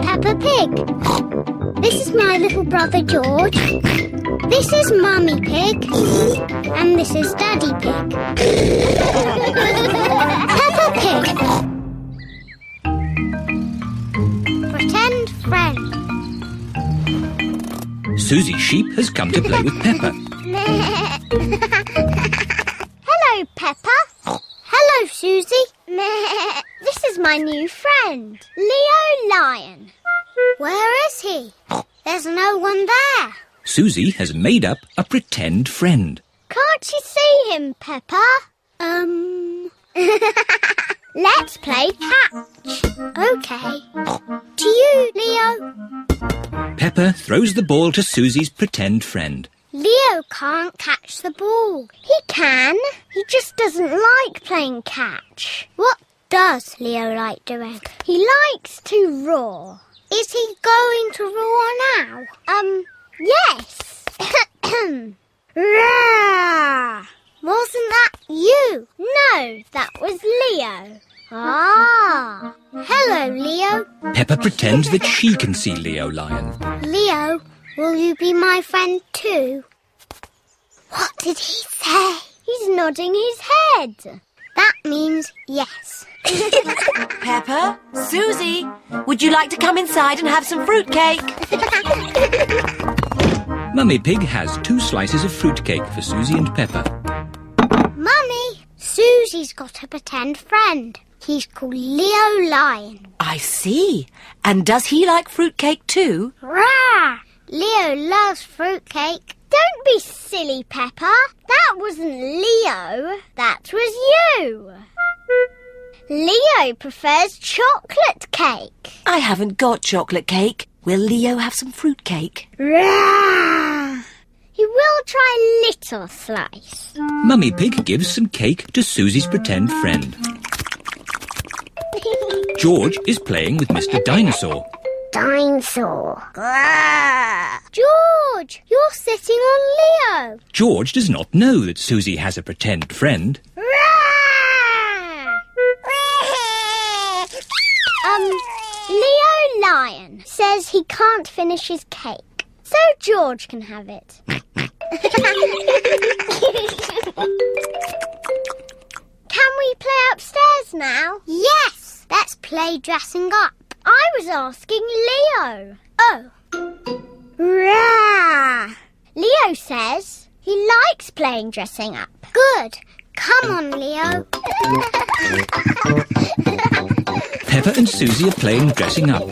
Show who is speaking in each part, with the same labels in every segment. Speaker 1: Pig. This is my little brother George. This is Mummy Pig. And this is Daddy Pig. Peppa Pig. Pretend friend.
Speaker 2: Susie Sheep has come to play with Peppa.
Speaker 1: Hello, Peppa. Hello, Susie. this is my new friend, Leo Lion. Where is he? There's no one there.
Speaker 2: Susie has made up a pretend friend.
Speaker 1: Can't you see him, Peppa? Um. Let's play catch. Okay. To you, Leo.
Speaker 2: Peppa throws the ball to Susie's pretend friend.
Speaker 1: Leo can't catch the ball. He can. He just doesn't like playing catch. What does Leo like doing? He likes to roar. Is he going to roar now? Um, yes. Roar! Wasn't that you? No, that was Leo. Ah. Hello, Leo.
Speaker 2: Peppa pretends that she can see Leo Lion.
Speaker 1: Leo, will you be my friend too? What did he say? He's nodding his head. That means yes.
Speaker 3: Pepper, Susie, would you like to come inside and have some fruitcake?
Speaker 2: Mummy Pig has two slices of fruitcake for Susie and Peppa.
Speaker 1: Mummy, Susie's got a pretend friend. He's called Leo Lion.
Speaker 3: I see. And does he like fruitcake too?
Speaker 1: Rah! Leo loves fruitcake. Don't be silly, Peppa. That wasn't Leo. That was you. Leo prefers chocolate cake.
Speaker 3: I haven't got chocolate cake. Will Leo have some fruitcake?
Speaker 1: Rah! He will try a little slice.
Speaker 2: Mummy Pig gives some cake to Susie's pretend friend. George is playing with Mr. Dinosaur.
Speaker 1: Dinosaur. George, you're sitting on Leo.
Speaker 2: George does not know that Susie has a pretend friend.
Speaker 1: um, Leo Lion says he can't finish his cake, so George can have it. can we play upstairs now? Yes, let's play dressing up. I was asking Leo. Oh. Rah! Leo says he likes playing dressing up. Good. Come on, Leo.
Speaker 2: Peppa and Susie are playing dressing up.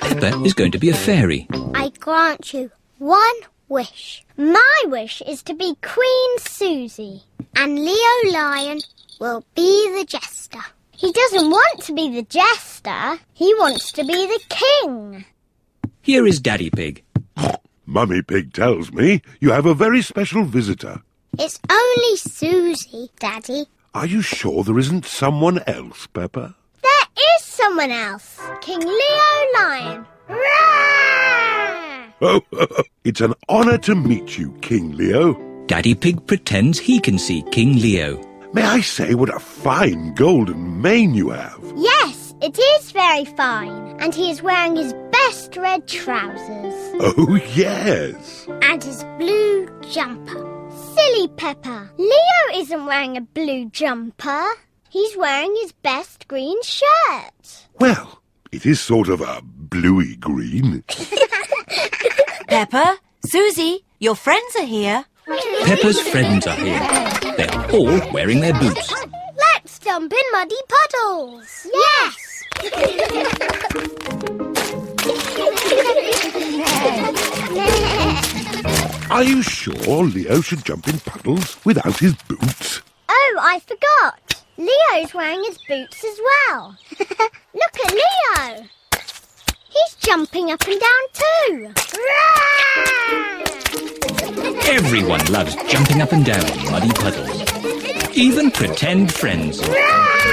Speaker 2: Peppa is going to be a fairy.
Speaker 1: I grant you one wish. My wish is to be Queen Susie, and Leo Lion will be the jester. He doesn't want to be the jester, he wants to be the king.
Speaker 2: Here is Daddy Pig.
Speaker 4: Mummy Pig tells me you have a very special visitor.
Speaker 1: It's only Susie, Daddy.
Speaker 4: Are you sure there isn't someone else, Pepper?
Speaker 1: There is someone else. King Leo Lion. Roar!
Speaker 4: Oh, it's an honor to meet you, King Leo.
Speaker 2: Daddy Pig pretends he can see King Leo.
Speaker 4: May I say what a fine golden mane you have?
Speaker 1: Yes, it is very fine. And he is wearing his best red trousers
Speaker 4: Oh, yes.
Speaker 1: and his blue jumper. Silly Pepper, Leo isn't wearing a blue jumper. He's wearing his best green shirt.
Speaker 4: Well, it is sort of a bluey green.
Speaker 3: Pepper, Susie, your friends are here.
Speaker 2: Peppa's friends are here. They are all wearing their boots.
Speaker 1: Let's jump in muddy puddles. Yes.
Speaker 4: Are you sure Leo should jump in puddles without his boots?
Speaker 1: Oh, I forgot. Leo's wearing his boots as well. Look at Leo. He's jumping up and down too.
Speaker 2: Everyone loves jumping up and down in muddy puddles. Even pretend friends.
Speaker 1: Roar!